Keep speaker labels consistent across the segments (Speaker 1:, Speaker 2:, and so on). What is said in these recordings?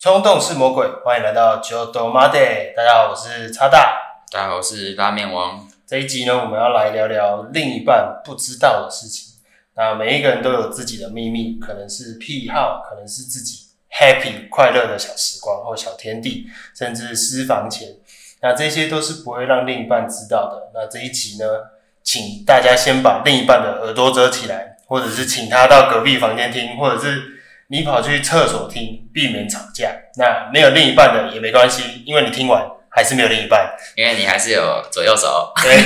Speaker 1: 冲动是魔鬼，欢迎来到九斗马 day。大家好，我是叉大。
Speaker 2: 大啊家好，我是拉面王。
Speaker 1: 这一集呢，我们要来聊聊另一半不知道的事情。那每一个人都有自己的秘密，可能是癖好，可能是自己 happy 快乐的小时光或小天地，甚至私房钱。那这些都是不会让另一半知道的。那这一集呢，请大家先把另一半的耳朵遮起来，或者是请他到隔壁房间听，或者是你跑去厕所听，避免吵架。那没有另一半的也没关系，因为你听完还是没有另一半。
Speaker 2: 因为你还是有左右手，
Speaker 1: 对，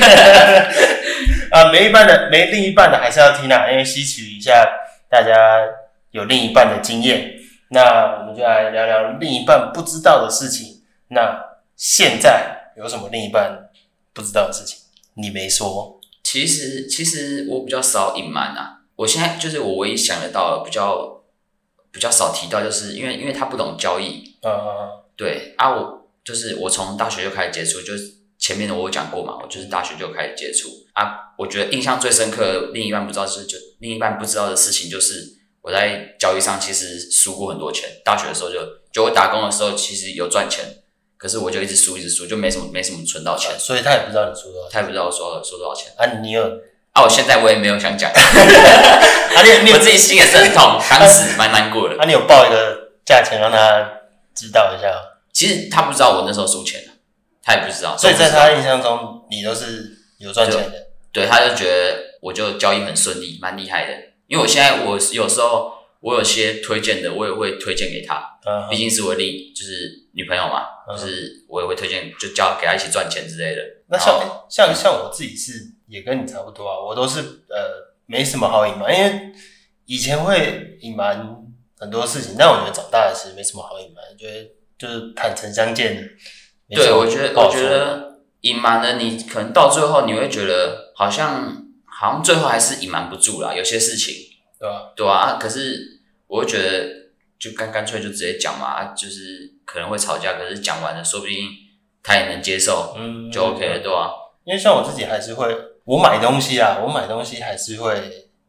Speaker 1: 啊，没一半的没另一半的还是要听啦，因为吸取一下大家有另一半的经验。那我们就来聊聊另一半不知道的事情。那现在有什么另一半不知道的事情？你没说，
Speaker 2: 其实其实我比较少隐瞒啊。我现在就是我唯一想得到的比较比较少提到，就是因为因为他不懂交易，
Speaker 1: 呃，
Speaker 2: 对啊我，就是我从大学就开始接触，就是前面的我有讲过嘛，我就是大学就开始接触啊。我觉得印象最深刻的另一半不知道是就另一半不知道的事情，就是我在交易上其实输过很多钱。大学的时候就就我打工的时候其实有赚钱，可是我就一直输一直输，就没什么没什么存到钱。
Speaker 1: 所以他也不知道你说多少钱
Speaker 2: 他也不知道我说说多少钱
Speaker 1: 啊，你有啊，
Speaker 2: 啊！我现在我也没有想讲，
Speaker 1: 你你有
Speaker 2: 我自己心也是很痛，当时蛮难过的。
Speaker 1: 啊啊，你有报一个价钱让他知道一下，
Speaker 2: 其实他不知道我那时候输钱了，他也不知道，
Speaker 1: 所以在
Speaker 2: 都不
Speaker 1: 他
Speaker 2: 知道
Speaker 1: 印象中你都是有赚钱的，
Speaker 2: 对他就觉得我就交易很顺利，蛮厉害的。因为我现在我有时候我有些推荐的，我也会推荐给他，
Speaker 1: 嗯
Speaker 2: 毕竟是我另就是女朋友嘛，
Speaker 1: 嗯
Speaker 2: 就是我也会推荐，就教给他一起赚钱之类的。
Speaker 1: 那
Speaker 2: 然
Speaker 1: 像
Speaker 2: 后
Speaker 1: 欸像像我自己是也跟你差不多啊，我都是呃没什么好隐瞒，因为以前会隐瞒很多事情，但我觉得长大了其实没什么好隐瞒，觉得就是坦诚相见。没什
Speaker 2: 对，
Speaker 1: 么
Speaker 2: 我觉得
Speaker 1: 不好
Speaker 2: 我
Speaker 1: 说
Speaker 2: 觉得隐瞒了你，可能到最后你会觉得好像好像最后还是隐瞒不住啦，有些事情。
Speaker 1: 对吧、
Speaker 2: 对啊，啊可是我会觉得就干干脆就直接讲嘛，啊就是可能会吵架，可是讲完了，说不定他也能接受，
Speaker 1: 嗯
Speaker 2: 就 OK 了，对吧、啊？
Speaker 1: 因为像我自己还是会，我买东西啊，我买东西还是会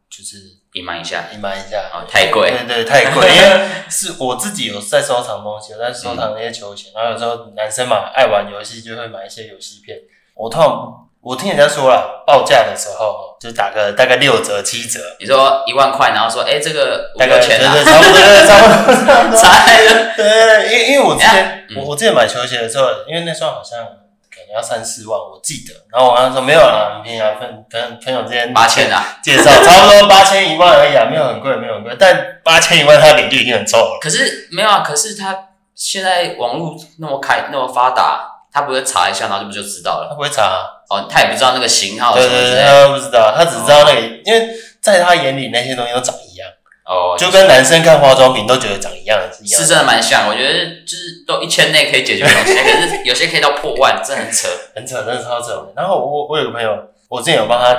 Speaker 1: 就是
Speaker 2: 隐瞒一下，
Speaker 1: 隐瞒一下，
Speaker 2: 哦，太贵，
Speaker 1: 对对，太贵，因为是我自己有在收藏东西，有在收藏那些球
Speaker 2: 嗯
Speaker 1: 鞋，然后有时候男生嘛爱玩游戏，就会买一些游戏片。我通常我听人家说啦，报价的时候就打个大概六折七折，
Speaker 2: 你说一万块，然后说，哎、这个五
Speaker 1: 大概
Speaker 2: 六
Speaker 1: 对
Speaker 2: 钱啊
Speaker 1: 对，，差不多差不多差 不多。
Speaker 2: 才了，
Speaker 1: 对，因为因为我之前
Speaker 2: 嗯
Speaker 1: 我我之前买球鞋的时候，因为那双好像可能要三四万，我记得。然后我跟他说没有啦，很便宜啊，朋朋朋友之间
Speaker 2: 八千啊。
Speaker 1: 介绍，差不多八千一万而已啊，没有很贵，没有很贵。但八千一万，他领就已经很臭了。
Speaker 2: 可是没有啊，可是他现在网络那么开，那么发达，他不会查一下，然后就不就知道
Speaker 1: 他
Speaker 2: 了？
Speaker 1: 不会查啊、
Speaker 2: 哦，他也不知道那个型号什
Speaker 1: 对
Speaker 2: 么
Speaker 1: 对
Speaker 2: 之
Speaker 1: 对，
Speaker 2: 类的。
Speaker 1: 他都不知道，他只知道那个，因为在他眼里那些东西都长一样，
Speaker 2: 哦，
Speaker 1: 就跟男生看化妆品都觉得长一样是一样
Speaker 2: 是。真的蛮像，我觉得就是都一千内可以解决的东西，可 是有些可以到破万，这很扯。
Speaker 1: 很扯，真的超扯的。然后我我有个朋友，我之前有帮他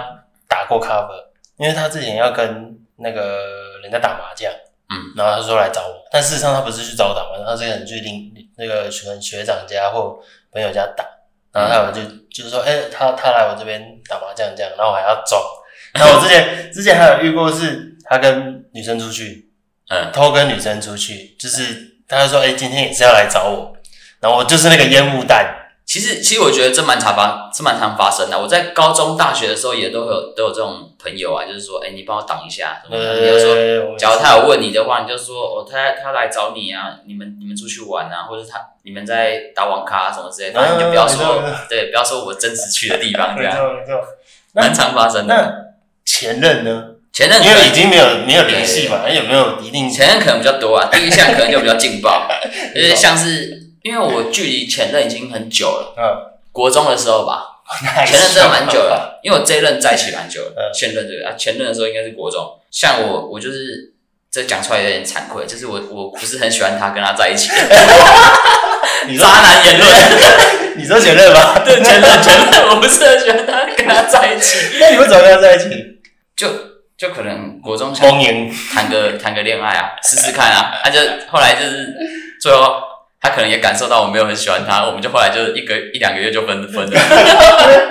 Speaker 1: 打过 cover，因为他之前要跟那个人家打麻将，
Speaker 2: 嗯，
Speaker 1: 然后他说来找我，但事实上他不是去找我打麻将，他是很去另那个学学长家或朋友家打，然后他有就、就是说，哎、他他来我这边打麻将这样，然后我还要装。然后我之前之前还有遇过是，他跟女生出去，
Speaker 2: 嗯，
Speaker 1: 偷跟女生出去，就是他就说，哎、今天也是要来找我，然后我就是那个烟雾弹。
Speaker 2: 其实其实我觉得这蛮常发，这蛮常发生的。啊我在高中、大学的时候也都会有都有这种朋友啊，就是说，哎、你帮我挡一下，什么的。你就说，
Speaker 1: 呃，
Speaker 2: 假如他有问你的话，你就说，哦，他他来找你啊，你们你们出去玩啊，或者他你们在打网咖、啊、什么之类的，
Speaker 1: 嗯
Speaker 2: 反正你就不要
Speaker 1: 没
Speaker 2: 说
Speaker 1: 错没，
Speaker 2: 对，不要说我真实去的地方，这
Speaker 1: 没
Speaker 2: 样
Speaker 1: 错没错。那
Speaker 2: 蛮常发生的。
Speaker 1: 那前任呢？
Speaker 2: 前任
Speaker 1: 因
Speaker 2: 可
Speaker 1: 为
Speaker 2: 能
Speaker 1: 已经没有没有联系嘛，有没有一定
Speaker 2: 前任可能比较多啊，第一项可能就比较 劲爆，就是像是因为我距离前任已经很久了，
Speaker 1: 嗯，
Speaker 2: 国中的时候吧，前任真的蛮久了，因为我这一任在一起蛮久了
Speaker 1: 嗯，
Speaker 2: 现任这个啊，前任的时候应该是国中，像我我就是这讲出来有点惭愧，就是我我不是很喜欢他跟他在一起，
Speaker 1: 你
Speaker 2: 渣
Speaker 1: 说
Speaker 2: 男言论，
Speaker 1: 你说前任吧？
Speaker 2: 对前任前任，我不是很喜欢他跟他在一起，
Speaker 1: 那你们怎么跟他在一 起？
Speaker 2: 就就可能国中想
Speaker 1: 蒙赢，
Speaker 2: 谈个谈个恋爱啊，试试看啊。他、就后来就是最后，他可能也感受到我没有很喜欢他，我们就后来就一个一两个月就分分了。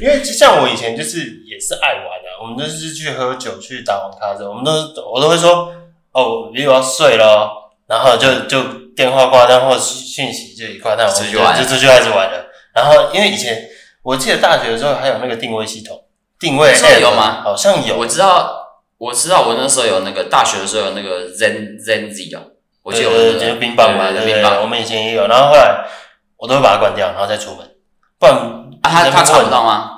Speaker 1: 因为就像我以前就是也是爱玩的、我们就是去喝酒去打网咖的，我们都我都会说哦，我要睡了哦，然后就就电话挂断或是讯息就一挂断，我
Speaker 2: 出
Speaker 1: 们
Speaker 2: 去
Speaker 1: 就
Speaker 2: 玩
Speaker 1: 就出去开始玩了。然后因为以前我记得大学的时候还有那个定位系统，定位
Speaker 2: 那时候
Speaker 1: app
Speaker 2: 有吗
Speaker 1: 好像有，
Speaker 2: 我知道，我知道，我那时候有那个大学的时候有那个 Zen Zen Z 哦，我记得我
Speaker 1: 对
Speaker 2: 有
Speaker 1: 对
Speaker 2: 那
Speaker 1: 对，
Speaker 2: 个
Speaker 1: 就是冰棒嘛，对
Speaker 2: 对对
Speaker 1: 不
Speaker 2: 冰
Speaker 1: 对？
Speaker 2: 棒
Speaker 1: 我们以前也有，然后后来我都会把它关掉，然后再出门，不然
Speaker 2: 啊，他他查不到
Speaker 1: 吗？
Speaker 2: 吗？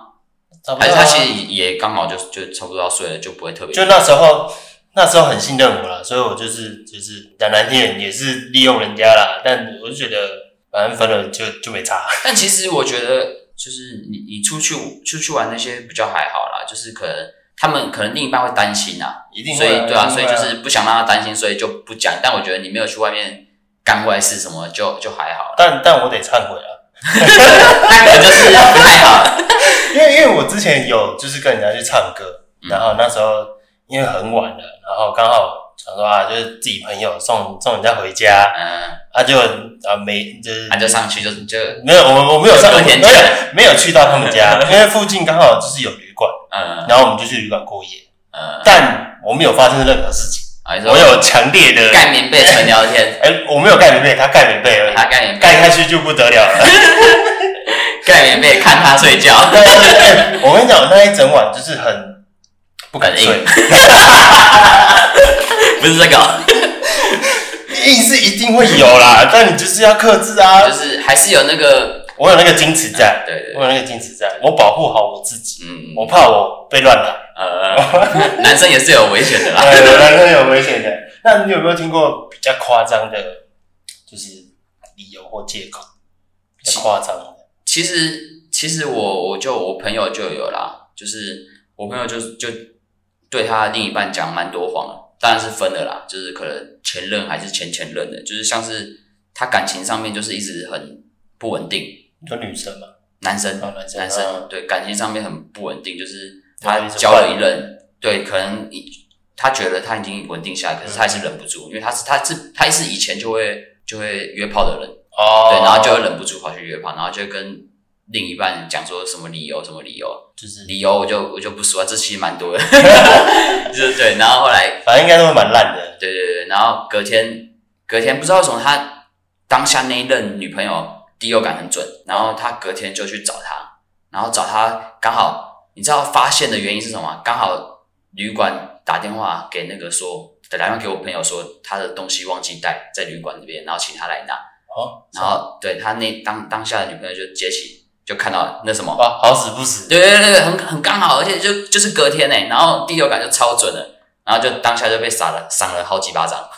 Speaker 1: 找不到
Speaker 2: 还
Speaker 1: 啊
Speaker 2: 是他其实也刚好就就差不多要睡了，就不会特别
Speaker 1: 就那时候，那时候很信任我啦，所以我就是就是讲难听点也是利用人家啦，但我就觉得反正分了就就没差。
Speaker 2: 但其实我觉得，就是你你出去出去玩那些比较还好啦，就是可能他们可能另一半会担心啊，
Speaker 1: 一定
Speaker 2: 所
Speaker 1: 会
Speaker 2: 以对啊，
Speaker 1: 一定
Speaker 2: 所
Speaker 1: 会。
Speaker 2: 以就是不想让他担心，所以就不讲。但我觉得你没有去外面干坏事什么，就就还好
Speaker 1: 但但我得忏悔啊，
Speaker 2: 那可能 就是不太好。
Speaker 1: 因为因为我之前有就是跟人家去唱歌，
Speaker 2: 嗯
Speaker 1: 然后那时候因为很晚了，然后刚好想说啊，就是自己朋友送送人家回家，
Speaker 2: 嗯，
Speaker 1: 啊就啊没就是
Speaker 2: 他就上去就就
Speaker 1: 没有我我没有上
Speaker 2: 隔
Speaker 1: 没
Speaker 2: 天
Speaker 1: 有没有去到他们家，因为附近刚好就是有旅馆，
Speaker 2: 嗯
Speaker 1: 然后我们就去旅馆过夜，
Speaker 2: 嗯，
Speaker 1: 但我没有发生任何事情。
Speaker 2: 还说
Speaker 1: 我有强烈的，
Speaker 2: 盖棉被纯聊 天，
Speaker 1: 哎、我没有盖棉被，他盖棉被而已，
Speaker 2: 他盖棉
Speaker 1: 盖
Speaker 2: 被
Speaker 1: 下去就不得了了。
Speaker 2: 盖棉被看他睡觉，
Speaker 1: 对对对哎我跟你讲，那一整晚就是很不敢睡，
Speaker 2: 不是这 个，
Speaker 1: 硬是一定会有啦，但你就是要克制啊
Speaker 2: 就。是还是有那个
Speaker 1: 我有那个矜持在，
Speaker 2: 对对
Speaker 1: 我
Speaker 2: 对，
Speaker 1: 有那个矜持在，我保护好我自己，
Speaker 2: 嗯，
Speaker 1: 我怕我被乱打，
Speaker 2: 呃，男生也是有危险的啦。
Speaker 1: 对对对，那有危险的。那你有没有听过比较夸张的，就是理由或借口？比较夸张的，
Speaker 2: 其实其实我我就我朋友就有啦，就是我朋友就就对他另一半讲蛮多谎的，当然是分了啦，就是可能前任还是前前任的，就是像是他感情上面就是一直很不稳定，
Speaker 1: 有女生嘛？
Speaker 2: 男生
Speaker 1: 哦男生
Speaker 2: 男
Speaker 1: 嗯
Speaker 2: 生对感情上面很不稳定，就是
Speaker 1: 有
Speaker 2: 他
Speaker 1: 一种
Speaker 2: 交了一任，对，可能你他觉得他已经稳定下来，可是他还
Speaker 1: 嗯
Speaker 2: 是忍不住，因为他是他是他是以前就会就会约炮的人，
Speaker 1: 哦
Speaker 2: 对，然后就会忍不住跑去约炮，然后就会跟另一半讲说什么理由什么理由，
Speaker 1: 就是
Speaker 2: 理由我就我就不说，这其实蛮多的， 就是对，然后后来
Speaker 1: 反正应该都会蛮烂的。
Speaker 2: 对对对，然后隔天隔天不知道为什么他当下那一任女朋友第六感很准，然后他隔天就去找他，然后找他刚好你知道发现的原因是什么吗？刚好旅馆打电话给那个说。打电话给我朋友说他的东西忘记带在旅馆那边，然后请他来拿。
Speaker 1: 哦，
Speaker 2: 然后对他那当当下的女朋友就接起，就看到那什么，
Speaker 1: 哇，好死不死，
Speaker 2: 对对对对，很很刚好，而且就就是隔天呢、然后第六感就超准了，然后就当下就被撒了赏了好几巴掌，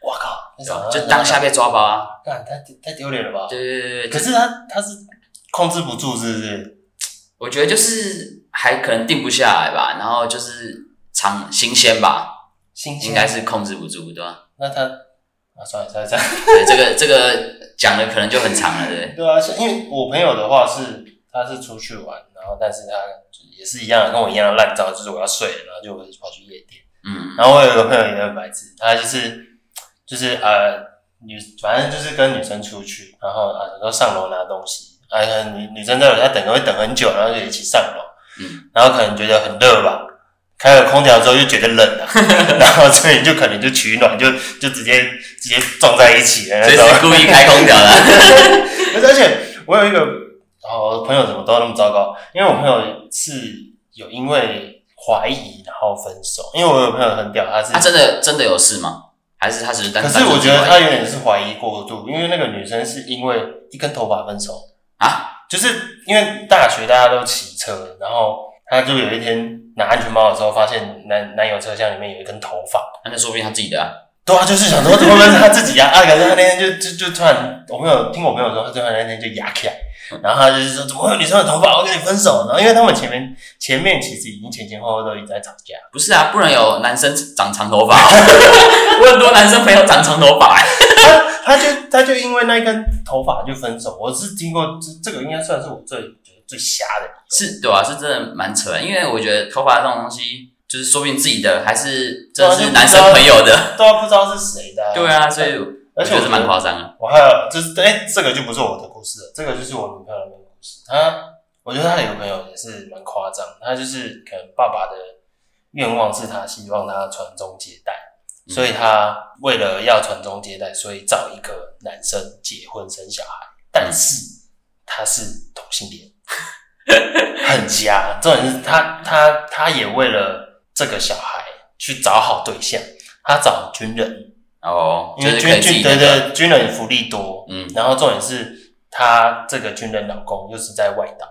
Speaker 1: 我靠，那
Speaker 2: 对
Speaker 1: 什
Speaker 2: 吧
Speaker 1: 么
Speaker 2: 就当下被抓包啊，
Speaker 1: 干太丢太丢脸了吧？
Speaker 2: 对对对对
Speaker 1: 可
Speaker 2: 对，
Speaker 1: 是他他是控制不住，是不是？
Speaker 2: 我觉得就是还可能定不下来吧，然后就是尝新鲜吧，
Speaker 1: 新鲜
Speaker 2: 应该是控制不住，对吧？
Speaker 1: 嗯 那他啊，算了算了算了，
Speaker 2: 对，这个这个讲的可能就很长了，对不对。
Speaker 1: 对啊，是因为我朋友的话是他是出去玩，然后但是他就也是一样啊跟我一样的烂招，就是我要睡了，然后就我就跑去夜店。
Speaker 2: 嗯，
Speaker 1: 然后我有一个朋友也很白痴，他就是就是呃女，反正就是跟女生出去，然后啊有时候上楼拿东西，啊可能女女生在楼下等会等很久，然后就一起上楼，
Speaker 2: 嗯，
Speaker 1: 然后可能觉得很热吧，开了空调之后就觉得冷了、 然后所以就可能就取暖，就就直接直接撞在一起了那
Speaker 2: 所以
Speaker 1: 种。
Speaker 2: 是故意开空调 的，
Speaker 1: 而且而且我有一个哦我朋友怎么都那么糟糕，因为我朋友是有因为怀疑然后分手，因为我有朋友很屌，他是
Speaker 2: 他啊真的真的有事吗？还是他只是单？
Speaker 1: 可
Speaker 2: 单
Speaker 1: 是
Speaker 2: 纯
Speaker 1: 我觉得
Speaker 2: 怀疑
Speaker 1: 他有点是怀疑过度，因为那个女生是因为一根头发分手，
Speaker 2: 啊，
Speaker 1: 就是因为大学大家都骑车，然后她就有一天拿安全帽的时候，发现男男友车厢里面有一根头发。
Speaker 2: 那就说不定他自己的、啊。
Speaker 1: 对啊，就是想说会不会是他自己呀、啊？啊，可是他那天就就就突然，我朋友听我朋友说，他突然那天就压起来，然后他就是说怎么会有女生的头发？我跟你分手。然后因为他们前面前面其实已经前前后后都一直在吵架，
Speaker 2: 不是啊，不能有男生长长头发、哦。 我很多男生朋友长长头发、欸，
Speaker 1: 他就他就因为那一根头发就分手。我是听过这这个应该算是我最觉得最瞎的。
Speaker 2: 是对啊，是真的蛮扯的。因为我觉得头发这种东西，就是说不定自己的，还是真的
Speaker 1: 啊
Speaker 2: 是男生朋友的。
Speaker 1: 都啊不知道是谁的、
Speaker 2: 对啊， 所以我
Speaker 1: 而且
Speaker 2: 觉
Speaker 1: 我
Speaker 2: 得是蛮夸张的。
Speaker 1: 我还有就是，哎、这个就不是我的故事了，这个就是我女朋友的故事。她，我觉得她有个朋友也是蛮夸张，她就是可能爸爸的愿望是她希望她传宗接代，所以她为了要传宗接代，所以找一个男生结婚生小孩，但是他是同性恋，很瞎。重点是他他他也为了这个小孩去找好对象，他找军人，
Speaker 2: 哦，
Speaker 1: 因
Speaker 2: 就
Speaker 1: 为
Speaker 2: 是可以
Speaker 1: 军
Speaker 2: 自
Speaker 1: 军
Speaker 2: 己那
Speaker 1: 对
Speaker 2: 个，
Speaker 1: 对军人福利多，
Speaker 2: 嗯，
Speaker 1: 然后重点是她这个军人老公又是在外岛，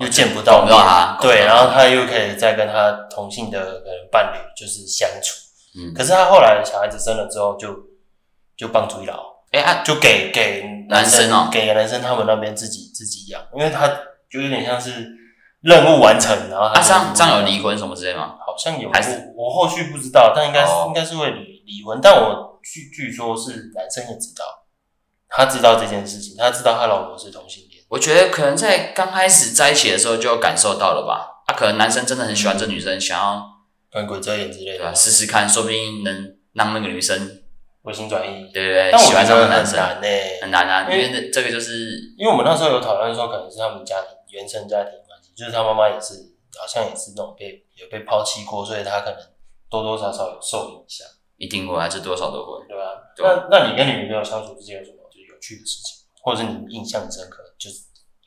Speaker 1: 又见不到
Speaker 2: 搞哦不
Speaker 1: 面，
Speaker 2: 到他，
Speaker 1: 对，
Speaker 2: 搞不到
Speaker 1: 然后她又可以再跟她同性的可能伴侣就是相处。
Speaker 2: 嗯，
Speaker 1: 可是她后来小孩子生了之后就就帮助一老，
Speaker 2: 哎
Speaker 1: 哦
Speaker 2: 啊，
Speaker 1: 就给给
Speaker 2: 男生哦
Speaker 1: 给男生他们那边自己自己养，因为她就有点像是任务完成，然后她
Speaker 2: 啊，
Speaker 1: 就
Speaker 2: 这样这样有离婚什么之类吗？
Speaker 1: 好像有
Speaker 2: 还是
Speaker 1: 我我后续不知道，但应该是、
Speaker 2: 哦
Speaker 1: 应该是会离离婚，但我据据说是男生也知道，他知道这件事情，他知道他老婆是同性恋，
Speaker 2: 我觉得可能在刚开始在一起的时候就感受到了吧。啊，可能男生真的很喜欢这女生，想要
Speaker 1: 跟鬼遮眼之类
Speaker 2: 对吧、
Speaker 1: 的，
Speaker 2: 试试看，说不定能让那个女生
Speaker 1: 回心转意。
Speaker 2: 对对对
Speaker 1: 但我
Speaker 2: 喜
Speaker 1: 觉
Speaker 2: 欢上
Speaker 1: 得
Speaker 2: 个
Speaker 1: 很
Speaker 2: 男生，
Speaker 1: 难呢、
Speaker 2: 很难啊，
Speaker 1: 因
Speaker 2: 因
Speaker 1: 为
Speaker 2: 为这这个就是
Speaker 1: 因为我们那时候有讨论说，可能是他们家庭原生家庭关系，就是他妈妈也是好像也是那种被有被抛弃过，所以他可能多多少少有受影响，
Speaker 2: 一定会还是多少都会。
Speaker 1: 对吧、
Speaker 2: 对啊
Speaker 1: 那那你跟你女朋友相处之间有什么就是有趣的事情，或者是你印象深刻，就是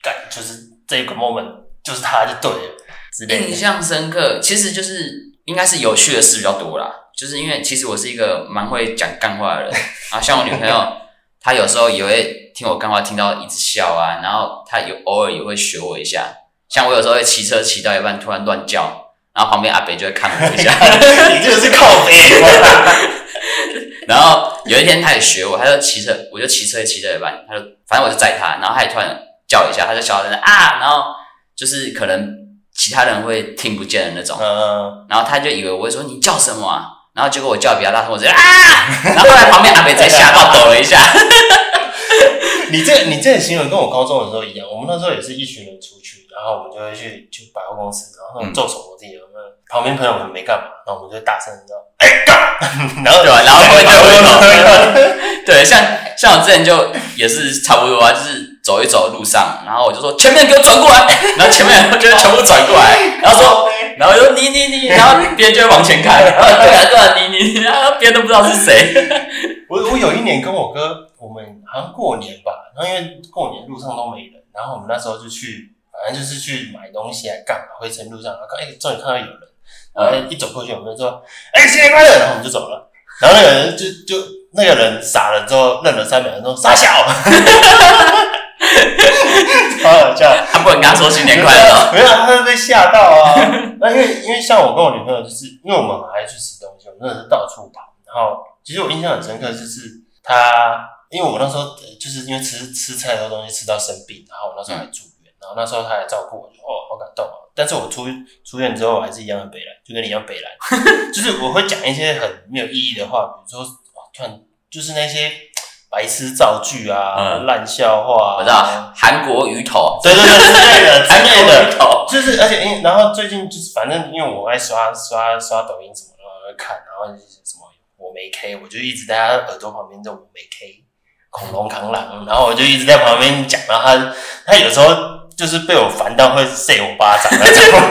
Speaker 1: 干就是这个 moment 就是他就对了之类
Speaker 2: 印
Speaker 1: 的，
Speaker 2: 象深刻，其实就是应该是有趣的事比较多啦。就是因为其实我是一个蛮会讲干话的人啊，像我女朋友，她有时候也会听我干话，听到一直笑啊，然后她有偶尔也会学我一下。像我有时候会骑车骑到一半突然乱叫，然后旁边阿北就会看我一下，
Speaker 1: 你这个是靠背 吗？
Speaker 2: 然后有一天他也学我，他就骑车，我就骑车骑到一半，他就反正我就载他，然后他也突然叫一下，他就小声的啊，然后就是可能其他人会听不见的那种，
Speaker 1: 嗯，
Speaker 2: 然后他就以为我会说你叫什么啊，然后结果我叫得比较大声，我直接啊，然后后来旁边阿北直接吓到抖了一下，
Speaker 1: 你这你这个行为跟我高中的时候一样，我们那时候也是一群人出去，然后我们就会去去百货公司，然后那
Speaker 2: 嗯
Speaker 1: 种做手工地，我们旁边朋友们没干嘛，然后我们就大声地说：“哎、干！”然后
Speaker 2: 对吧？然后后面就会抖，对，像像我之前就也是差不多啊，就是走一走路上，然后我就说前面给我转过来，然后前面人就会全部转过来，然后说然后就你你你，然后别人就会往前看，然后对啊对啊你你，你然后别人都不知道是谁。
Speaker 1: 我我有一年跟我哥，我们好像过年吧，然后因为过年路上都没人，然后我们那时候就去，反正就是去买东西来干嘛，回程路上，然后看，哎、终于看到有人，然
Speaker 2: 呃
Speaker 1: 后一走过去，我们就说，哎、新年快乐，然后我们就走了，然后那个人就就那个人傻了之后，愣了三秒，说傻 笑，好好笑。
Speaker 2: 他不能跟他说新年快乐，
Speaker 1: 没有，他是被吓到啊。 那因为因为像我跟我女朋友，就是因为我们很爱去吃东西，我们真的是到处跑。然后其实我印象很深刻，就是她，因为我那时候呃就是因为吃吃太多东西吃到生病，然后我那时候还住院，然后那时候她还照顾我，就哦好感动啊。但是我出出院之后，我还是一样很北来，就跟你一样北来，就是我会讲一些很没有意义的话，比如说哇突然就是那些白痴造句啊、
Speaker 2: 嗯
Speaker 1: 烂、笑话、啊，
Speaker 2: 我知道韩国鱼头，
Speaker 1: 对对对之类的之
Speaker 2: 韩
Speaker 1: 类
Speaker 2: 国
Speaker 1: 的
Speaker 2: 鱼。头，
Speaker 1: 就是，而且因然后最近就是反正因为我爱刷刷刷抖音什么的，然后就看，然后就是什么我没 K，我就一直在他耳朵旁边这我没 K，恐龙扛狼，然后我就一直在旁边讲，然后他他有时候就是被我烦到会扇我巴掌那种。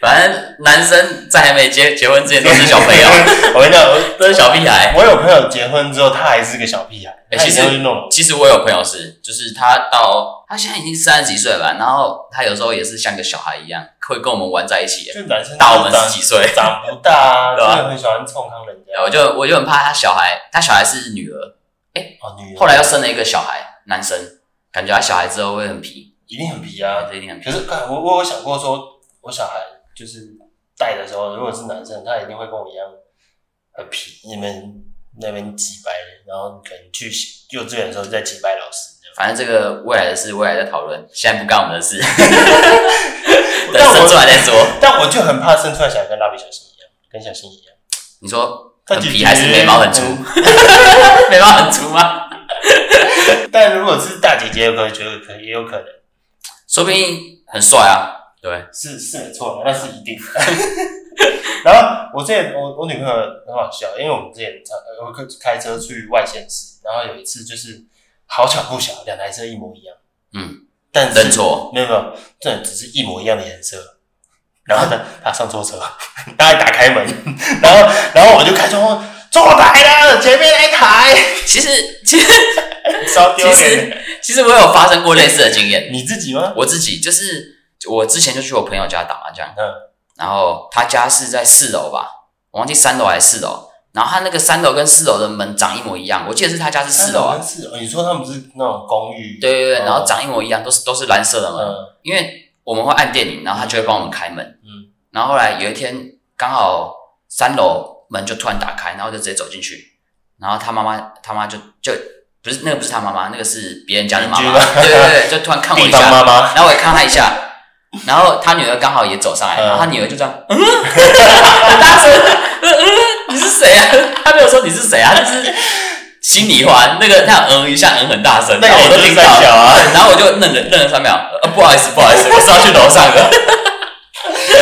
Speaker 2: 反正男生在还没结结婚之前都是小朋友，
Speaker 1: 我跟你讲，我
Speaker 2: 都是小屁孩。
Speaker 1: 我有朋友结婚之后，他还是个小屁孩，
Speaker 2: 哎
Speaker 1: 他
Speaker 2: 其实
Speaker 1: 一定会弄
Speaker 2: 其实我有朋友是，就是他到他现在已经三十几岁了吧，然后他有时候也是像个小孩一样，会跟我们玩在一起，
Speaker 1: 就男生
Speaker 2: 大我们
Speaker 1: 长
Speaker 2: 十几岁。
Speaker 1: 长不大啊，
Speaker 2: 对啊
Speaker 1: 就很喜欢冲康人家。
Speaker 2: 我就我就很怕他小孩，他小孩是女儿，
Speaker 1: 哦，女人
Speaker 2: 后来又生了一个小孩，男生，感觉他小孩之后会很皮，
Speaker 1: 一定很皮啊，
Speaker 2: 这一定很
Speaker 1: 可
Speaker 2: 皮。
Speaker 1: 是，干我我有想过说，我小孩就是带的时候，如果是男生，他一定会跟我一样很皮，你们那边挤白人，然后可能去幼稚园的时候再挤白老师。
Speaker 2: 反正这个未来的事，未来再讨论，现在不干我们的 事，等
Speaker 1: 但我
Speaker 2: 生出来再说。
Speaker 1: 但我就很怕生出来小孩跟蜡笔小新一样，跟小新一样，
Speaker 2: 你说
Speaker 1: 他
Speaker 2: 很
Speaker 1: 姐
Speaker 2: 皮
Speaker 1: 姐
Speaker 2: 还是眉毛很粗？ 眉毛很粗吗？
Speaker 1: 嗯但如果是大姐姐，有可能觉得可也有可能
Speaker 2: 说不定很帅啊。对，
Speaker 1: 是是没错的，那是一定 的。然后我之前我我女朋友很好笑，因为我们之前常呃我开开车去外县市，然后有一次就是好巧不巧，两台车一模一样，
Speaker 2: 嗯，
Speaker 1: 但是
Speaker 2: 认错，
Speaker 1: 没有没有，这只是一模一样的颜色。然后呢，他上错车，他还打开门，然后然后我就开窗， 超丢
Speaker 2: 其
Speaker 1: 脸的。
Speaker 2: 实其实我有发生过类似的经验，
Speaker 1: 你自己吗？
Speaker 2: 我自己就是我之前就去我朋友家打麻将，
Speaker 1: 嗯，
Speaker 2: 然后他家是在四楼吧，我忘记三楼还是四楼，然后他那个三楼跟四楼的门长一模一样，我记得是他家是四楼啊，
Speaker 1: 四楼。你说他们是那种公寓？
Speaker 2: 对对对，
Speaker 1: 嗯
Speaker 2: 然后长一模一样，都是都是蓝色的门，
Speaker 1: 嗯
Speaker 2: 因为我们会按电铃，然后他就会帮我们开门，
Speaker 1: 嗯，
Speaker 2: 然后后来有一天刚好三楼门就突然打开，然后就直接走进去，然后他妈妈他妈就就不是那个不是他妈妈，那个是别人家的妈
Speaker 1: 邻
Speaker 2: 妈
Speaker 1: 居吗，
Speaker 2: 对对对，就突然看我一
Speaker 1: 地
Speaker 2: 下
Speaker 1: 方，妈妈，
Speaker 2: 然后我也看他一下，然后他女儿刚好也走上来，
Speaker 1: 嗯
Speaker 2: 然后他女儿就这样，嗯， 很大声，嗯嗯，你是谁啊？ 他没有说你是谁啊，他就是心里话，那个他嗯一下嗯很大声，
Speaker 1: 那
Speaker 2: 然后我
Speaker 1: 个
Speaker 2: 都
Speaker 1: 也是
Speaker 2: 听到
Speaker 1: 三小
Speaker 2: 了，
Speaker 1: 啊
Speaker 2: 对 然后我就愣了愣了三秒，呃，不好意思不好意思，我是要去楼上的，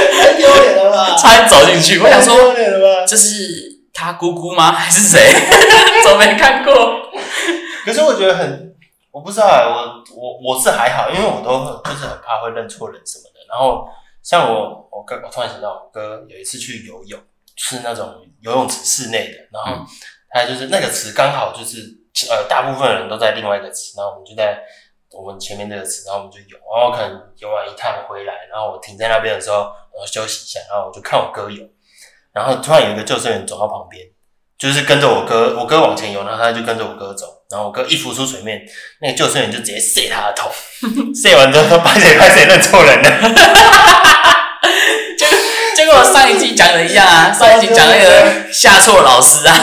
Speaker 1: 太丢脸了吧！
Speaker 2: 差点走进去，我想
Speaker 1: 太
Speaker 2: 说
Speaker 1: 丢脸了吧？
Speaker 2: 这是他姑姑吗？还是谁？ 怎么没看过？
Speaker 1: 可是我觉得很，我不知道、欸，我我我是还好，因为我都很就是很怕会认错人什么的。然后像我我哥，我突然想到我哥有一次去游泳，是那种游泳池室内的，然后他就是那个池刚好就是呃大部分人都在另外一个池，然后我们就在我们前面这个池，然后我们就游，然后可能游完一趟回来，然后我停在那边的时候，然后休息一下，然后我就看我哥游，然后突然有一个救生员走到旁边。就是跟着我哥，我哥往前游，然后他就跟着我哥走，然后我哥一浮出水面，那个救生员就直接射他的 头，射完之后说拍谁拍谁认错人了，
Speaker 2: 就就跟我上一季讲的一 样啊，上一季讲那个下错老师啊，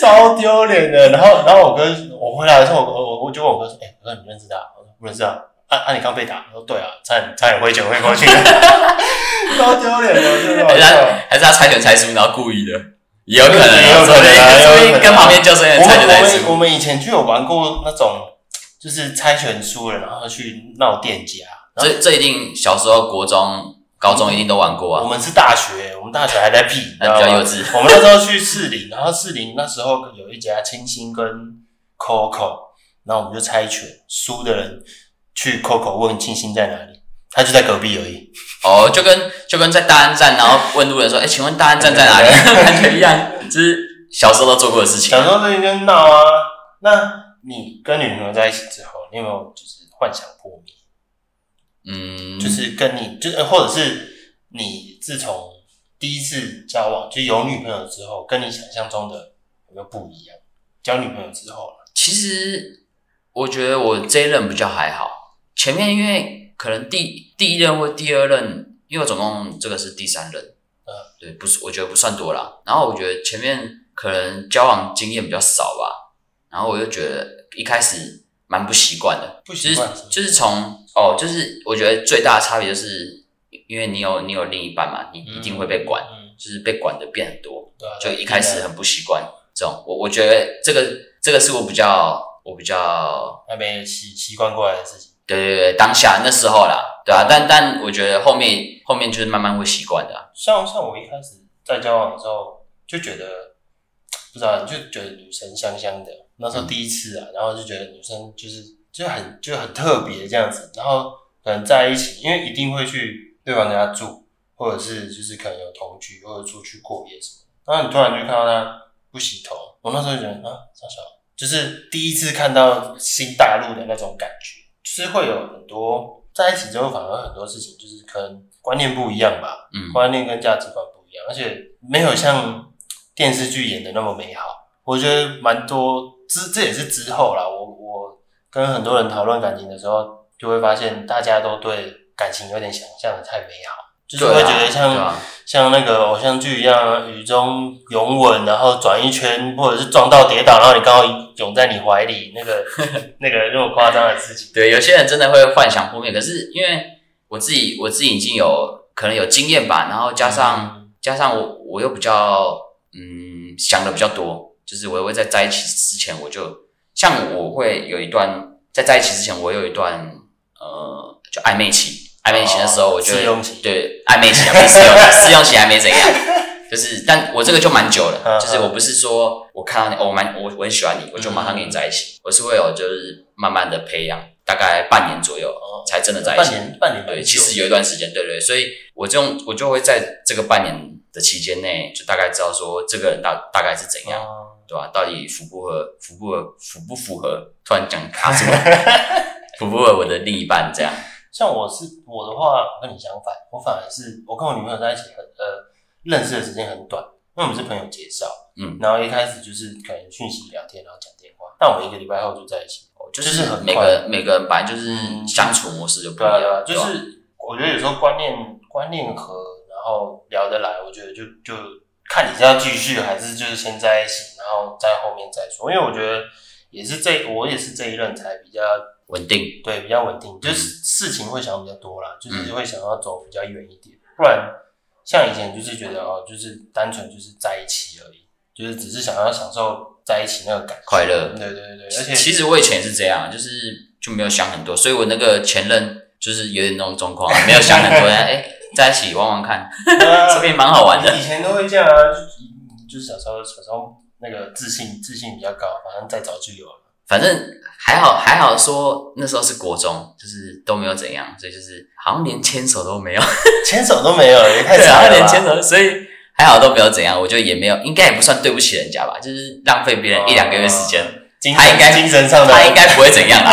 Speaker 1: 超丢脸的。然后然后我哥我回来的时候，我我我就问我哥说，哎、我哥你认识他？我说不认识啊。啊啊！你刚被打，我说对啊，差点差点挥拳挥过 去，超丢脸的，真的好
Speaker 2: 还是
Speaker 1: 笑。
Speaker 2: 他还是他猜拳猜输，然后故意的，也有可能啊，
Speaker 1: 也有可能啊
Speaker 2: 说不定
Speaker 1: 也有可能啊
Speaker 2: 跟旁边救生员
Speaker 1: 我
Speaker 2: 猜
Speaker 1: 们
Speaker 2: 拳
Speaker 1: 我
Speaker 2: 猜
Speaker 1: 们
Speaker 2: 输，
Speaker 1: 我们以前就有玩过那种，就是猜拳输了，然后去闹店家，然后
Speaker 2: 这这一定小时候国中、高中一定都玩过
Speaker 1: 我
Speaker 2: 啊，
Speaker 1: 们是大学，我们大学还在屁，
Speaker 2: 那比较
Speaker 1: 你知道吗
Speaker 2: 幼稚。
Speaker 1: 我们那时候去士林，然后士林那时候有一家清新跟 Coco，然后我们就猜拳，输的人去 Coco 问清新在哪里，他就在隔壁而已。
Speaker 2: 哦，就跟就跟在大安站，然后问路人说：“哎，请问大安站在哪 里？”感觉一样，就是小时候都做过的事情
Speaker 1: 小。时候这就闹啊，那你跟女朋友在一起之后，你有没有就是幻想破灭？
Speaker 2: 嗯，
Speaker 1: 就是跟你就是呃或者是你自从第一次交往就有女朋友之后，跟你想象中的有没有不一样？交女朋友之后了，
Speaker 2: 其实我觉得我这一任比较还好，前面因为可能第第一任或第二任，因为我总共这个是第三任，
Speaker 1: 嗯
Speaker 2: 对，不是我觉得不算多啦。然后我觉得前面可能交往经验比较少吧，然后我就觉得一开始蛮不习惯的，
Speaker 1: 不
Speaker 2: 就
Speaker 1: 习
Speaker 2: 是
Speaker 1: 惯什么
Speaker 2: 就是从哦，就是我觉得最大的差别就是因为你有你有另一半嘛，你一定会被管，
Speaker 1: 嗯，
Speaker 2: 就是被管的变很多，
Speaker 1: 对啊，
Speaker 2: 就一开始很不习惯这种。我我觉得这个这个是我比较我比较
Speaker 1: 还没习习惯过来的事情。
Speaker 2: 对对对当下那时候啦，对啊，但但我觉得后面后面就是慢慢会习惯的啊、
Speaker 1: 像像我一开始在交往的时候，就觉得不知道，就觉得女生香香的。那时候第一次啊，然后就觉得女生就是就很就很特别这样子。然后可能在一起，因为一定会去对方家住，或者是就是可能有同居，或者出去过夜什么。然后你突然就看到她不洗头，我那时候就觉得啊，傻小，就是第一次看到新大陆的那种感觉，就是会有很多在一起之后，反而很多事情就是可能观念不一样吧。
Speaker 2: 嗯，
Speaker 1: 观念跟价值观不一样，而且没有像电视剧演的那么美好。我觉得蛮多之这也是之后啦，我我跟很多人讨论感情的时候，就会发现大家都对感情有点想象的太美好，就是
Speaker 2: 对
Speaker 1: 会
Speaker 2: 啊
Speaker 1: 觉得像、
Speaker 2: 对啊
Speaker 1: 像那个偶像剧一样，雨中拥吻，然后转一圈，或者是撞到跌倒，然后你刚好涌在你怀里，那 个那个那么夸张的事情。
Speaker 2: 对，有些人真的会幻想破灭，可是因为我自己我自己已经有可能有经验吧，然后加
Speaker 1: 嗯
Speaker 2: 上、加上我我又比较嗯想的比较多，就是我也会在在一起之前我就像我会有一段在在一起之前我有一段呃就暧昧期，暧昧期的时候我就会
Speaker 1: 哦试用期
Speaker 2: 对暧昧期还没试用试用期还没 怎样。就是，但我这个就蛮久了，
Speaker 1: 嗯
Speaker 2: 就是我不是说我看到你，哦我蛮我我很喜欢你，我就马上跟你在一起，我是会有就是慢慢的培养，大概半年左右
Speaker 1: 哦
Speaker 2: 才真的 在一
Speaker 1: 半
Speaker 2: 起。
Speaker 1: 年半年蛮
Speaker 2: 对，
Speaker 1: 久
Speaker 2: 其实有一段时间，对对，所以我这种我就会在这个半年的期间内，就大概知道说这个人大大概是怎样。
Speaker 1: 哦
Speaker 2: 对吧、到底符不符合符不合符不符合？突然讲卡住了， 符不符合我的另一半这样？
Speaker 1: 像我是我的话，我跟你相反，我反而是我跟我女朋友在一起很呃认识的时间很短，因为我们是朋友介绍，
Speaker 2: 嗯，
Speaker 1: 然后一开始就是可能讯息聊天，然后讲电话，但我们一个礼拜后就在一起，
Speaker 2: 就
Speaker 1: 就是
Speaker 2: 是
Speaker 1: 很
Speaker 2: 每
Speaker 1: 快
Speaker 2: 个每个人本来就是
Speaker 1: 嗯
Speaker 2: 相处模式就不一
Speaker 1: 对啊对啊
Speaker 2: 样，，
Speaker 1: 就
Speaker 2: 吧
Speaker 1: 是我觉得有时候观念观念合，然后聊得来，我觉得就就看你是要继续还是就是先在一起，然后在后面再说，因为我觉得也是这我也是这一任才比较
Speaker 2: 稳定。
Speaker 1: 对，比较稳定，
Speaker 2: 嗯
Speaker 1: 就是事情会想比较多啦，就是会想要走比较远一点，不然像以前就是觉得哦，就是单纯就是在一起而已，就是只是想要享受在一起那个感觉
Speaker 2: 快乐
Speaker 1: 对对对对，而且
Speaker 2: 其实我以前也是这样，就是就没有想很多，所以我那个前任就是有点那种状况，没有想很 多，哎、在一起玩玩看， 这边蛮好玩的。
Speaker 1: 啊以前都会这样啊，就就是小时候小时候那个自信自信比较高，反正再早就有了。
Speaker 2: 反正还好，还好说那时候是国中，就是都没有怎样，所以就是好像连牵手都没有，
Speaker 1: 牵手都没有了，也太
Speaker 2: 对，
Speaker 1: 傻
Speaker 2: 好像
Speaker 1: 了
Speaker 2: 连
Speaker 1: 吧
Speaker 2: 牵手，所以还好都没有怎样，我就也没有，应该也不算对不起人家吧，就是浪费别人一两个月时间，
Speaker 1: 哦精
Speaker 2: 他应该
Speaker 1: 神精神上的，
Speaker 2: 他应哦该不会怎样啦，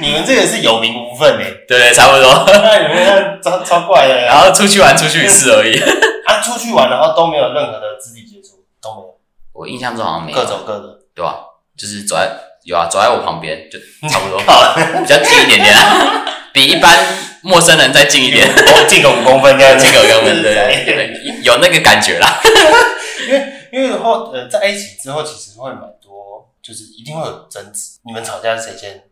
Speaker 1: 你们这个是有名无分哎、
Speaker 2: 对对，差不多。
Speaker 1: 欸，你们超超怪的、欸。
Speaker 2: 然后出去玩出去一次而已，
Speaker 1: 他啊出去玩，然后都没有任何的肢体接触，都没有，
Speaker 2: 我印象中好像没有，
Speaker 1: 各走各的。
Speaker 2: 对吧？就是走在有啊，走在我旁边就差不多，
Speaker 1: 好
Speaker 2: 比较近一点点啊，比一般陌生人再近一点，
Speaker 1: 进个五公分这样子，
Speaker 2: 这个 我们对对对有那个感觉啦。
Speaker 1: 因为后呃在一起之后，其实会蛮多，就是一定会有争执。你们吵架是谁先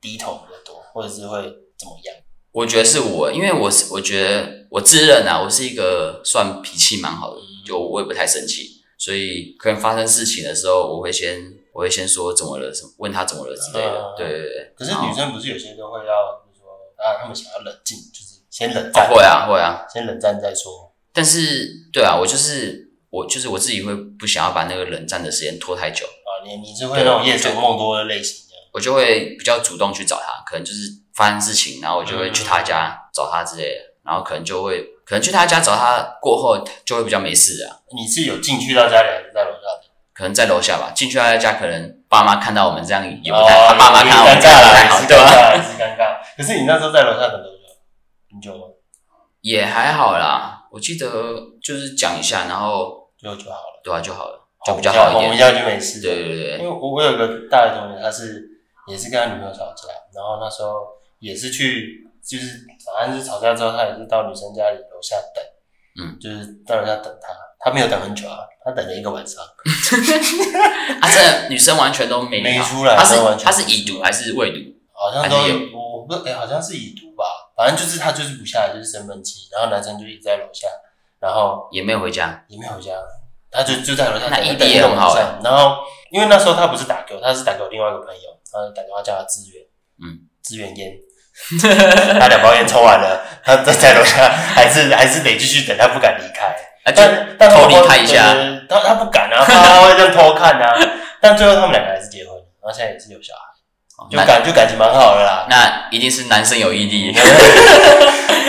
Speaker 1: 低头比较多，或者是会怎么样？
Speaker 2: 我觉得是我，因为我是我觉得我自认啊，我是一个算脾气蛮好的，就我也不太生气，所以可能发生事情的时候，我会先我会先说怎么了，什么问他怎么了之类的
Speaker 1: 嗯，
Speaker 2: 对对对。
Speaker 1: 可是
Speaker 2: 然后
Speaker 1: 女生不是有些都会要，比如说啊，他们想要冷静，就是先冷
Speaker 2: 哦
Speaker 1: 战，
Speaker 2: 会啊会啊，
Speaker 1: 先冷战再说。
Speaker 2: 但是对啊，我就是我就是我自己会不想要把那个冷战的时间拖太久，
Speaker 1: 啊，你你是会那种夜长梦多的类型这样。
Speaker 2: 我就会比较主动去找他，可能就是发生事情，然后我就会
Speaker 1: 嗯
Speaker 2: 去他家找他之类的，然后可能就会可能去他家找他过后就会比较没事啊，
Speaker 1: 你是有进去到家里，还是在楼下的？
Speaker 2: 可能在楼下吧，进去他家可能爸妈看到我们这样也不太，
Speaker 1: 哦
Speaker 2: 他爸妈看到我
Speaker 1: 尴
Speaker 2: 们这
Speaker 1: 尬
Speaker 2: 样也不太
Speaker 1: 啦，
Speaker 2: 好，
Speaker 1: 也是
Speaker 2: 对
Speaker 1: 尴
Speaker 2: 吧？
Speaker 1: 尬，也是尴尬。可是你那时候在楼下等多久？很久吗？
Speaker 2: 也还好啦，我记得就是讲一下，然后
Speaker 1: 就就好了。
Speaker 2: 对啊就好了，就比较好一
Speaker 1: 我们
Speaker 2: 点。
Speaker 1: 家就没事。
Speaker 2: 对对对
Speaker 1: 因为
Speaker 2: 对，
Speaker 1: 我我有个大学同学，他是也是跟他女朋友吵架，然后那时候也是去，就是反正是吵架之后，他也是到女生家里楼下等，
Speaker 2: 嗯，
Speaker 1: 就是到楼下等他，他没有等很久啊，他等了一个晚上，
Speaker 2: 啊，这女生完全都没理
Speaker 1: 没
Speaker 2: 他
Speaker 1: 出来
Speaker 2: 她是
Speaker 1: 完全
Speaker 2: 她
Speaker 1: 没
Speaker 2: 是已读还是未读？
Speaker 1: 好像都
Speaker 2: 还是
Speaker 1: 有，我不哎、好像是已读吧，反正就是他就是不下来，就是生闷气，然后男生就一直在楼下，然后
Speaker 2: 也没有回家，
Speaker 1: 也没有回家，他就就在楼下
Speaker 2: 那
Speaker 1: 等了
Speaker 2: 异地
Speaker 1: 等一
Speaker 2: 也
Speaker 1: 个
Speaker 2: 很
Speaker 1: 晚
Speaker 2: 好
Speaker 1: 上。然后因为那时候他不是打给我，他是打给我另外一个朋友，然后打电话叫他支援，
Speaker 2: 嗯，
Speaker 1: 支援烟， 他两包烟抽完了，他在在楼下还是还是得继续等，他不敢离开。
Speaker 2: 啊就
Speaker 1: 但但
Speaker 2: 偷
Speaker 1: 后来
Speaker 2: 离他一下
Speaker 1: 对对对他他不敢啊，怕他会这样偷看啊。但最后他们两个还是结婚了，然后现在也是有小孩，就
Speaker 2: 哦那
Speaker 1: 感就感情蛮好的啦。
Speaker 2: 那一定是男生有异 地。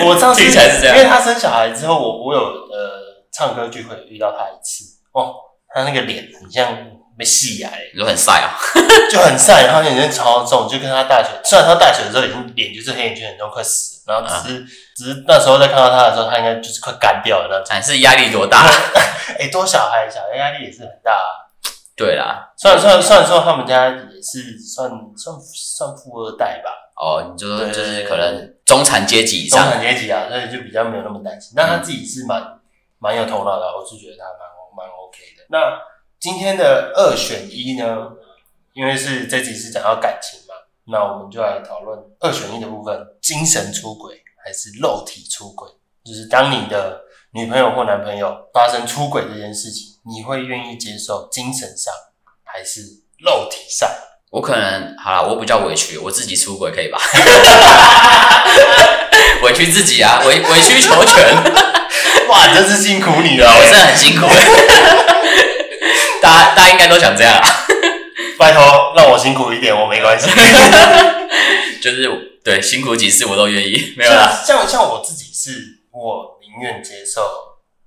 Speaker 1: 我上次
Speaker 2: 听起来是这样
Speaker 1: 因为他生小孩之后，我我有呃唱歌聚会遇到他一次哦，他那个脸很像被戏牙欸，
Speaker 2: 你说很晒啊？
Speaker 1: 就很晒，然后眼睛超重，就跟他大学，虽然他大学的时候已经脸就是黑眼圈很重，快死了，然后只
Speaker 2: 啊
Speaker 1: 是、只是那时候在看到他的时候，他应该就是快干掉了那种。
Speaker 2: 哎，是压力多大？
Speaker 1: 哎、多小孩，小孩压力也是很大、啊。
Speaker 2: 对啦，
Speaker 1: 虽然虽然虽然说他们家也是算算算富二代吧，
Speaker 2: 哦，你就说
Speaker 1: 对
Speaker 2: 就是可能中产阶级以
Speaker 1: 中
Speaker 2: 上，
Speaker 1: 产阶级啊，所以就比较没有那么担心。那他自己是蛮蛮有头脑的啊，我是觉得他蛮蛮 OK 的。那今天的二选一呢，因为是这集是讲到感情嘛，那我们就来讨论二选一的部分：精神出轨还是肉体出轨？就是当你的女朋友或男朋友发生出轨这件事情，你会愿意接受精神上还是肉体上？
Speaker 2: 我可能好啦，我比较委屈，我自己出轨 可以吧？委屈自己啊，委委曲求全，
Speaker 1: 哇，你真是辛苦你了，
Speaker 2: 我真的很辛苦。大家大家应该都想这样啊，
Speaker 1: 拜托让我辛苦一点，我没关系。
Speaker 2: 就是对辛苦几次我都愿意，没有啦。
Speaker 1: 像像像我自己是，我宁愿接受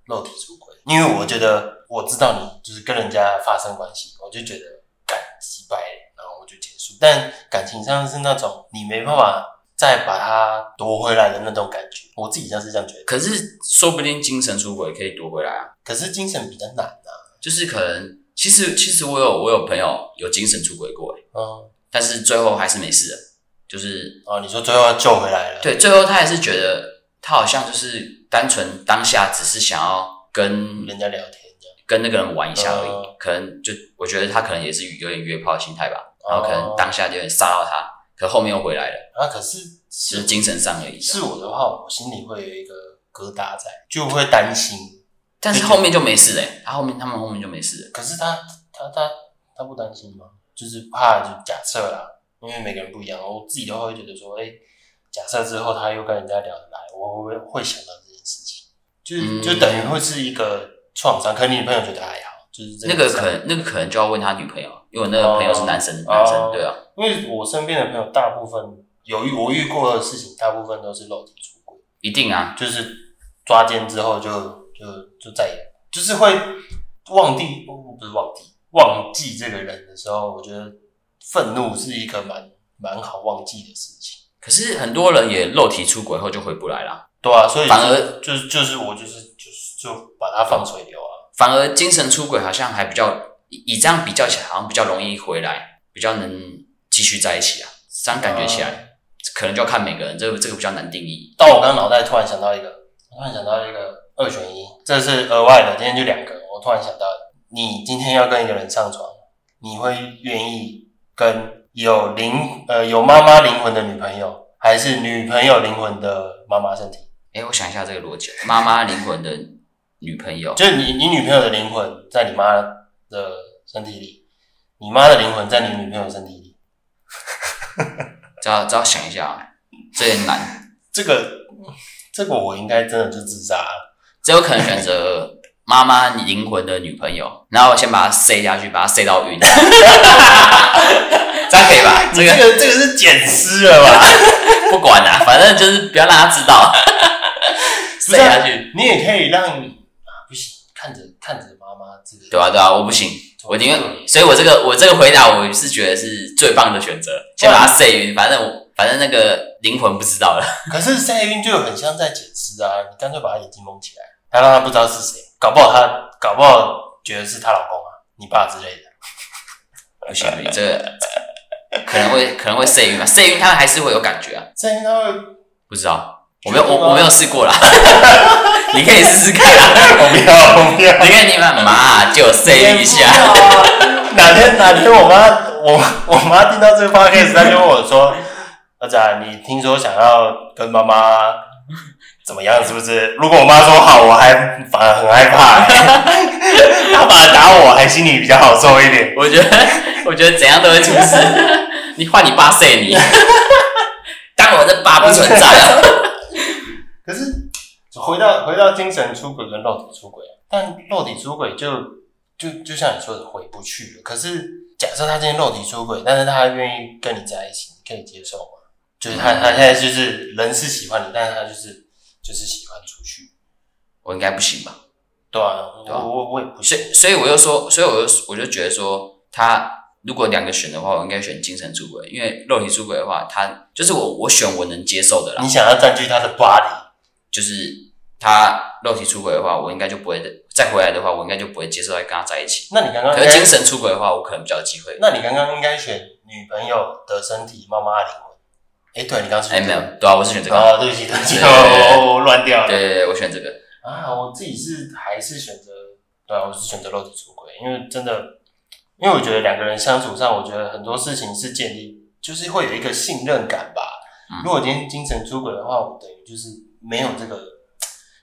Speaker 1: 肉体出轨，因为我觉得我知道你就是跟人家发生关系，我我就觉得干失败了，然后我就结束。但感情上是那种你没办法再把它夺回来的那种感觉，我自己像是这样觉得。
Speaker 2: 可是说不定精神出轨可以夺回来啊，
Speaker 1: 可是精神比较难啊，
Speaker 2: 就是可能其实其实我有我有朋友有精神出轨过、欸，
Speaker 1: 嗯，
Speaker 2: 但是最后还是没事了，就是
Speaker 1: 哦，你说最后要救回来了，，
Speaker 2: 对，最后他还是觉得他好像就是单纯当下只是想要跟
Speaker 1: 人家聊天这样，
Speaker 2: 跟那个人玩一下而已，
Speaker 1: 嗯
Speaker 2: 可能就我觉得他可能也是有点约炮的心态吧，
Speaker 1: 哦
Speaker 2: 然后可能当下有点杀到他，可后面又回来了，
Speaker 1: 啊，可是
Speaker 2: 只
Speaker 1: 是
Speaker 2: 是精神上而已。啊
Speaker 1: 是我的话，我心里会有一个疙瘩在，就会担心。
Speaker 2: 但是后面就没事嘞、他后面他们后面就没事了。
Speaker 1: 可是他他他他不担心吗？就是怕就假设啦，因为每个人不一样，我自己的话会觉得说，哎、假设之后他又跟人家聊得来，我会会想到这件事情，就是、
Speaker 2: 嗯
Speaker 1: 就等于会是一个创伤。可能你女朋友觉得还好，就是这
Speaker 2: 那个
Speaker 1: 伤
Speaker 2: 可能那个可能就要问他女朋友，因为我那个朋友是男生，
Speaker 1: 哦
Speaker 2: 男生对啊，
Speaker 1: 因为我身边的朋友大部分有遇我遇过的事情，大部分都是肉体出轨。
Speaker 2: 一定啊，
Speaker 1: 就是抓奸之后就就就再也就是会忘记，不是忘记忘记这个人的时候，我觉得愤怒是一个蛮蛮好忘记的事情。
Speaker 2: 可是很多人也肉体出轨后就回不来啦，
Speaker 1: 对啊，所以
Speaker 2: 反而
Speaker 1: 就是就是我就是就是就把它放水流啊。
Speaker 2: 反而精神出轨好像还比较以以这样比较起来，好像比较容易回来，比较能继续在一起啊，这样感觉起来。可能就要看每个人，这个这个比较难定义。
Speaker 1: 但我刚刚脑袋突然想到一个，突然想到一个二选一，这是额外的，今天就两个。我突然想到，你今天要跟一个人上床，你会愿意跟有灵呃有妈妈灵魂的女朋友，还是女朋友灵魂的妈妈身体？
Speaker 2: 哎、我想一下这个逻辑，妈妈灵魂的女朋友，
Speaker 1: 就是你你女朋友的灵魂在你妈的身体里，你妈的灵魂在你女朋友的身体里。
Speaker 2: 只要只要想一下啊，这有点难，
Speaker 1: 这个这个我应该真的就自杀了。
Speaker 2: 只有可能选择妈妈灵魂的女朋友，然后先把它塞下去，把它塞到晕，这样可以吧？这
Speaker 1: 这
Speaker 2: 个
Speaker 1: 个这个是捡尸了吧？
Speaker 2: 不管啦、反正就是不要让他知道，塞下去。
Speaker 1: 你也可以让你啊，不行，看着看着妈妈这个，
Speaker 2: 对啊，对啊，我不行，我宁愿，所以我这个我这个回答我是觉得是最棒的选择，先把它塞晕，反正我反正那个灵魂不知道了。
Speaker 1: 可是晒晕就很像在捡尸啊，你干脆把她眼睛蒙起来，他让他不知道是谁，搞不好他搞不好觉得是她老公啊，你爸之类的。
Speaker 2: 不行，不行，这个可能会可能会眩晕嘛，眩晕它还是会有感觉啊，
Speaker 1: 晒晕他会，
Speaker 2: 不知道，我没有
Speaker 1: 真的吗
Speaker 2: 我我没有试过啦， 你可以试试看啊，
Speaker 1: 我不要，我不 要，
Speaker 2: 你看你们妈就眩晕一下，
Speaker 1: 哪天哪天我妈我我妈听到这个 podcast，她就问我说：“儿子啊，你听说想要跟妈妈怎么样？是不是？”如果我妈说好，我还反而很害怕、 欸，她反而打我，还心里比较好受一点。
Speaker 2: 我觉得我觉得怎样都会出事，你换你爸眩你，当我的爸不存在了，
Speaker 1: 可是回到回到精神出轨跟肉体出轨啊，但肉体出轨就就就像你说的回不去了。可是假设他今天肉体出轨，但是他还愿意跟你在一起，你可以接受吗？就是他、
Speaker 2: 嗯
Speaker 1: 他现在就是人是喜欢你，但是他就是就是喜欢出去，
Speaker 2: 我应该不行吧？
Speaker 1: 对啊，
Speaker 2: 对啊
Speaker 1: 我我我也不
Speaker 2: 所
Speaker 1: 信。
Speaker 2: 以所以我就说，所以我就我就觉得说，他如果两个选的话，我应该选精神出轨，因为肉体出轨的话，他就是我我选我能接受的啦
Speaker 1: 你。想要占据他的 body，
Speaker 2: 就是他肉体出轨的话，我应该就不会再回来的话，我应该就不会接受再跟他在一起。
Speaker 1: 那你刚刚
Speaker 2: 可
Speaker 1: 应
Speaker 2: 是
Speaker 1: 该
Speaker 2: 精，神出轨的话，我可能比较有机会。
Speaker 1: 那你刚刚应该选女朋友的身体，妈妈的灵魂。哎、对你刚刚是
Speaker 2: 哎、没有，对啊，我是选这个。
Speaker 1: 哦，对不起，对不起，哦
Speaker 2: 对
Speaker 1: 我我乱掉了。
Speaker 2: 对对对，我选这个。
Speaker 1: 啊，我自己是还是选择，对啊，我是选择肉体出轨，因为真的，因为我觉得两个人相处上，我觉得很多事情是建立，就是会有一个信任感吧。
Speaker 2: 嗯
Speaker 1: 如果今天精神出轨的话，我等于就是没有这个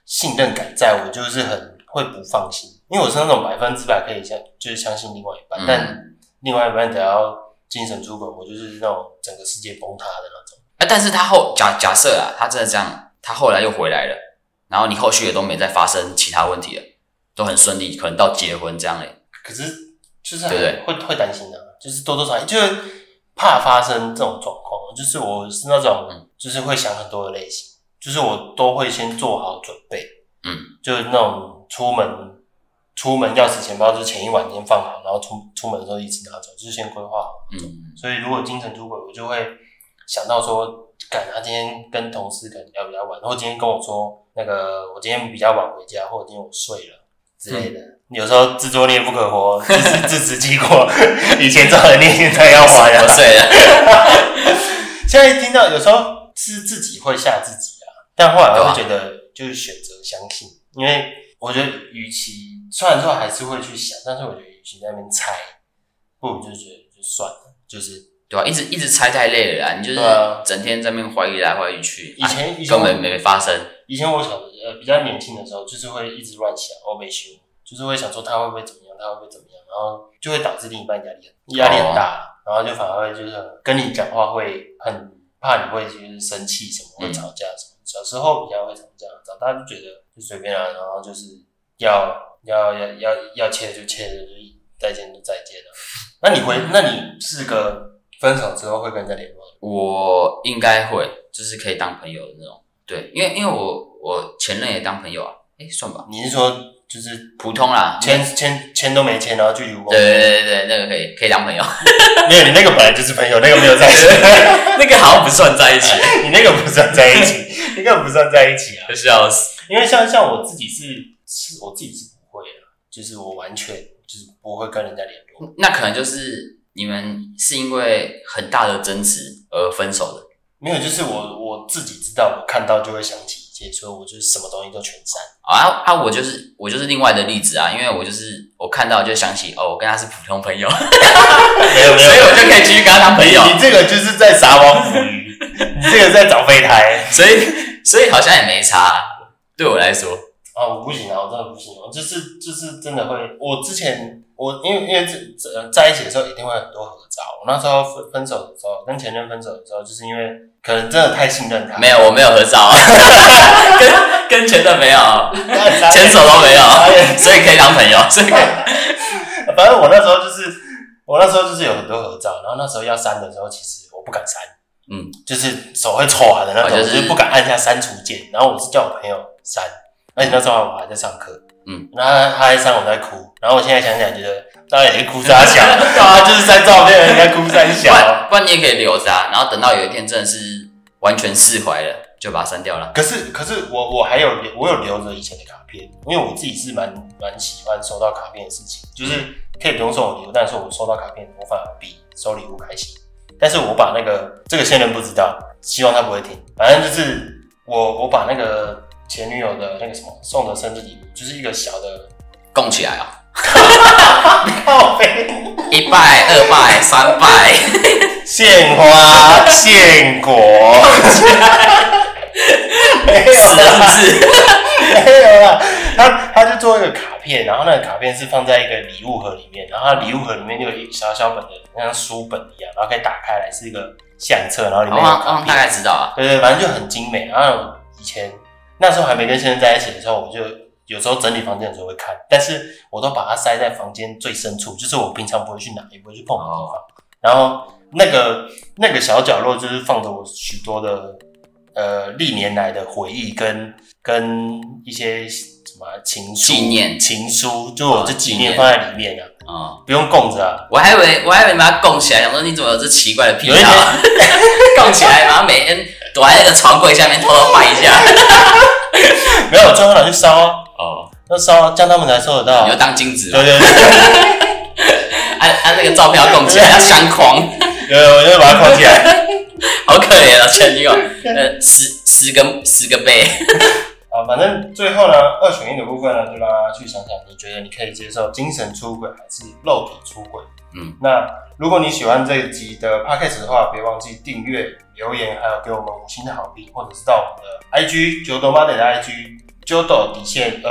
Speaker 1: 信任感在，我就是很会不放心，因为我是那种百分之百可以相，就是相信另外一半，
Speaker 2: 嗯
Speaker 1: 但另外一半只要精神出轨，我就是那种整个世界崩塌的那种。
Speaker 2: 啊，但是他后假假设啊，他真的这样，他后来又回来了，然后你后续也都没再发生其他问题了，都很顺利，可能到结婚这样嘞。
Speaker 1: 可是就是
Speaker 2: 对不对
Speaker 1: 还会会担心的、啊就是多多少少就是怕发生这种状况。就是我是那种
Speaker 2: 嗯
Speaker 1: 就是会想很多的类型，就是我都会先做好准备，
Speaker 2: 嗯，
Speaker 1: 就是那种出门出门钥匙、钱包就是前一晚先放好，然后出出门的时候一直拿走，就是先规划好。
Speaker 2: 嗯，
Speaker 1: 所以如果精神出轨，我就会想到说，赶他今天跟同事可能聊比较晚，然后今天跟我说那个我今天比较晚回家，或者今天我睡了之类的。有时候自作孽不可活，自食 自食其果。以前造的孽现在要还啊
Speaker 2: 我！睡了，
Speaker 1: 现在听到有时候是自己会吓自己啊，但后来我会觉得就是选择相信，因为我觉得与其虽然说还是会去想，但是我觉得与其在那边猜，不如就觉得就算了。就是
Speaker 2: 对啊吧、一直一直猜太累了啦，你就是
Speaker 1: 对啊
Speaker 2: 整天在那边怀疑来怀疑去，
Speaker 1: 以
Speaker 2: 啊
Speaker 1: 前以前
Speaker 2: 根
Speaker 1: 我
Speaker 2: 本没发生。
Speaker 1: 以前我小呃比较年轻的时候，就是会一直乱想哦被凶，就是会想说他会不会怎么样，他会不会怎么样，然后就会导致另一半压力很压力很大，然后就反而会就是跟你讲话会很怕你会就是生气什么，会吵架什么。小时候比较会吵架，长大就觉得就随便啊，然后就是要要要要要切就切，就是再见就再见了。那你会，那你是个分手之后会跟人家联络的？
Speaker 2: 我应该会，就是可以当朋友的那种。对，因为因为我我前任也当朋友啊，哎、算吧，
Speaker 1: 你是说就是
Speaker 2: 普通啦。对
Speaker 1: 签签签都没签，然后距离无功？
Speaker 2: 对对对，对那个可以可以当朋友，
Speaker 1: 没有，你那个本来就是朋友，那个没有在一起，
Speaker 2: 那个好像不算在一起，
Speaker 1: 你那个不算在一起，你那个不算在一起啊。
Speaker 2: 笑死。
Speaker 1: 因为像像我自己是是，我自己是不会啊，就是我完全就是不会跟人家联络，
Speaker 2: 那可能就是你们是因为很大的争执而分手的。
Speaker 1: 没有，就是我我自己知道，我看到就会想起一切，所以我就是什么东西都全删。
Speaker 2: 啊啊！我就是我就是另外的例子啊，因为我就是我看到就想起哦，我跟他是普通朋友， 所
Speaker 1: 没有
Speaker 2: 以我就可以继续跟他当朋友。
Speaker 1: 你这个就是在撒网捕鱼，你这个在找备胎。
Speaker 2: 所以所以好像也没差啊，对我来说，
Speaker 1: 啊，我不行啊，我真的不行、啊，就是就是真的会，我之前我因为因为这这呃在一起的时候一定会很多合照，我那时候分分手的时候，跟前任分手的时候，就是因为可能真的太信任他，
Speaker 2: 没有，我没有合照啊， 跟跟前任没有啊，
Speaker 1: 牵
Speaker 2: 牵手都没有
Speaker 1: 哎
Speaker 2: 啊，所以可以当朋友，所以可 以
Speaker 1: 啊反正我那时候就是我那时候就是有很多合照，然后那时候要删的时候，其实我不敢删，
Speaker 2: 嗯，
Speaker 1: 就是手会抽啊的那种，
Speaker 2: 哦就
Speaker 1: 就是是不敢按下删除键，然后我是叫我朋友删，而且那时候我还在上课，
Speaker 2: 嗯，
Speaker 1: 然后他他在删我在哭，然后我现在想起来觉得当然也是哭傻小，
Speaker 2: 对
Speaker 1: 啊，就是删照片人家哭三
Speaker 2: 不
Speaker 1: 小。
Speaker 2: 然不然你也可以留着啊，然后等到有一天真的是完全释怀了，就把它删掉了。
Speaker 1: 可是可是我我还有留我有留着以前的卡片，因为我自己是蛮蛮喜欢收到卡片的事情，就是可以不用送我礼物，但是我收到卡片，我反而比收礼物开心。但是我把那个这个现任不知道，希望他不会听。反正就是我我把那个前女友的那个什么送的生日礼物，就是一个小的
Speaker 2: 供起来啊、
Speaker 1: 靠背
Speaker 2: 一拜、二拜、三 拜，
Speaker 1: 献花献果，没有
Speaker 2: 死
Speaker 1: 啦
Speaker 2: 了是不是？
Speaker 1: 没有啦，他他就做一个卡片，然后那个卡片是放在一个礼物盒里面，然后它礼物盒里面就有一小小本的，像书本一样，然后可以打开来是一个相册，然后里
Speaker 2: 我
Speaker 1: 面有
Speaker 2: 好
Speaker 1: 卡
Speaker 2: 像大
Speaker 1: 片，
Speaker 2: 概知道啊，
Speaker 1: 对对，呃反正就很精美。然后以前那时候还没跟先生在一起的时候，我就有时候整理房间的时候会看，但是我都把它塞在房间最深处，就是我平常不会去拿，也不会去碰的地
Speaker 2: 哦
Speaker 1: 方。然后那个那个小角落就是放着我许多的呃历年来的回忆跟跟一些什么情书
Speaker 2: 纪念
Speaker 1: 情书，就我这
Speaker 2: 啊
Speaker 1: 纪
Speaker 2: 纪念
Speaker 1: 念放在里面啊，
Speaker 2: 嗯，
Speaker 1: 不用供着啊。
Speaker 2: 我还以为我还以为把它供起来，想说你怎么有这奇怪的癖
Speaker 1: 有一天
Speaker 2: 好 啊？供起来，然后每天躲在那个床柜下面偷偷拜一下。
Speaker 1: 没有，最后拿去烧啊，
Speaker 2: 哦，
Speaker 1: 要烧啊，这样他们才收得到啊
Speaker 2: 你就。当金子吧，
Speaker 1: 对对对，
Speaker 2: 按按那个照片要供起 来，要相框，
Speaker 1: 有有，我就把它框起来。
Speaker 2: 好可怜啊，前女友，呃，十十个十个倍，
Speaker 1: 啊，反正最后呢，二选一的部分呢，就让大家去想想，你觉得你可以接受精神出轨还是肉体出轨？
Speaker 2: 嗯，
Speaker 1: 那如果你喜欢这一集的 podcast 的话，别忘记订阅、留言，还有给我们五星的好评，或者是到我们的 IG 九斗 m o t h e 的 IG 九斗底线二，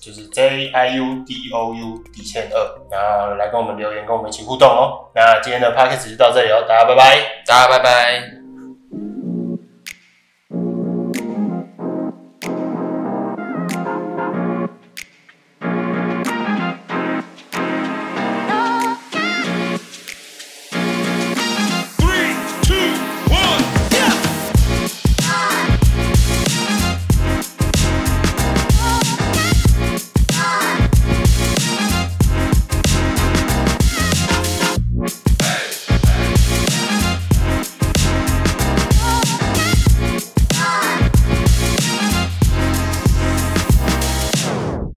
Speaker 1: 就是 J I U D O U 底线二，然后来跟我们留言，跟我们一起互动哦。那今天的 podcast 就到这里哦，大家拜拜。
Speaker 2: 大家拜拜。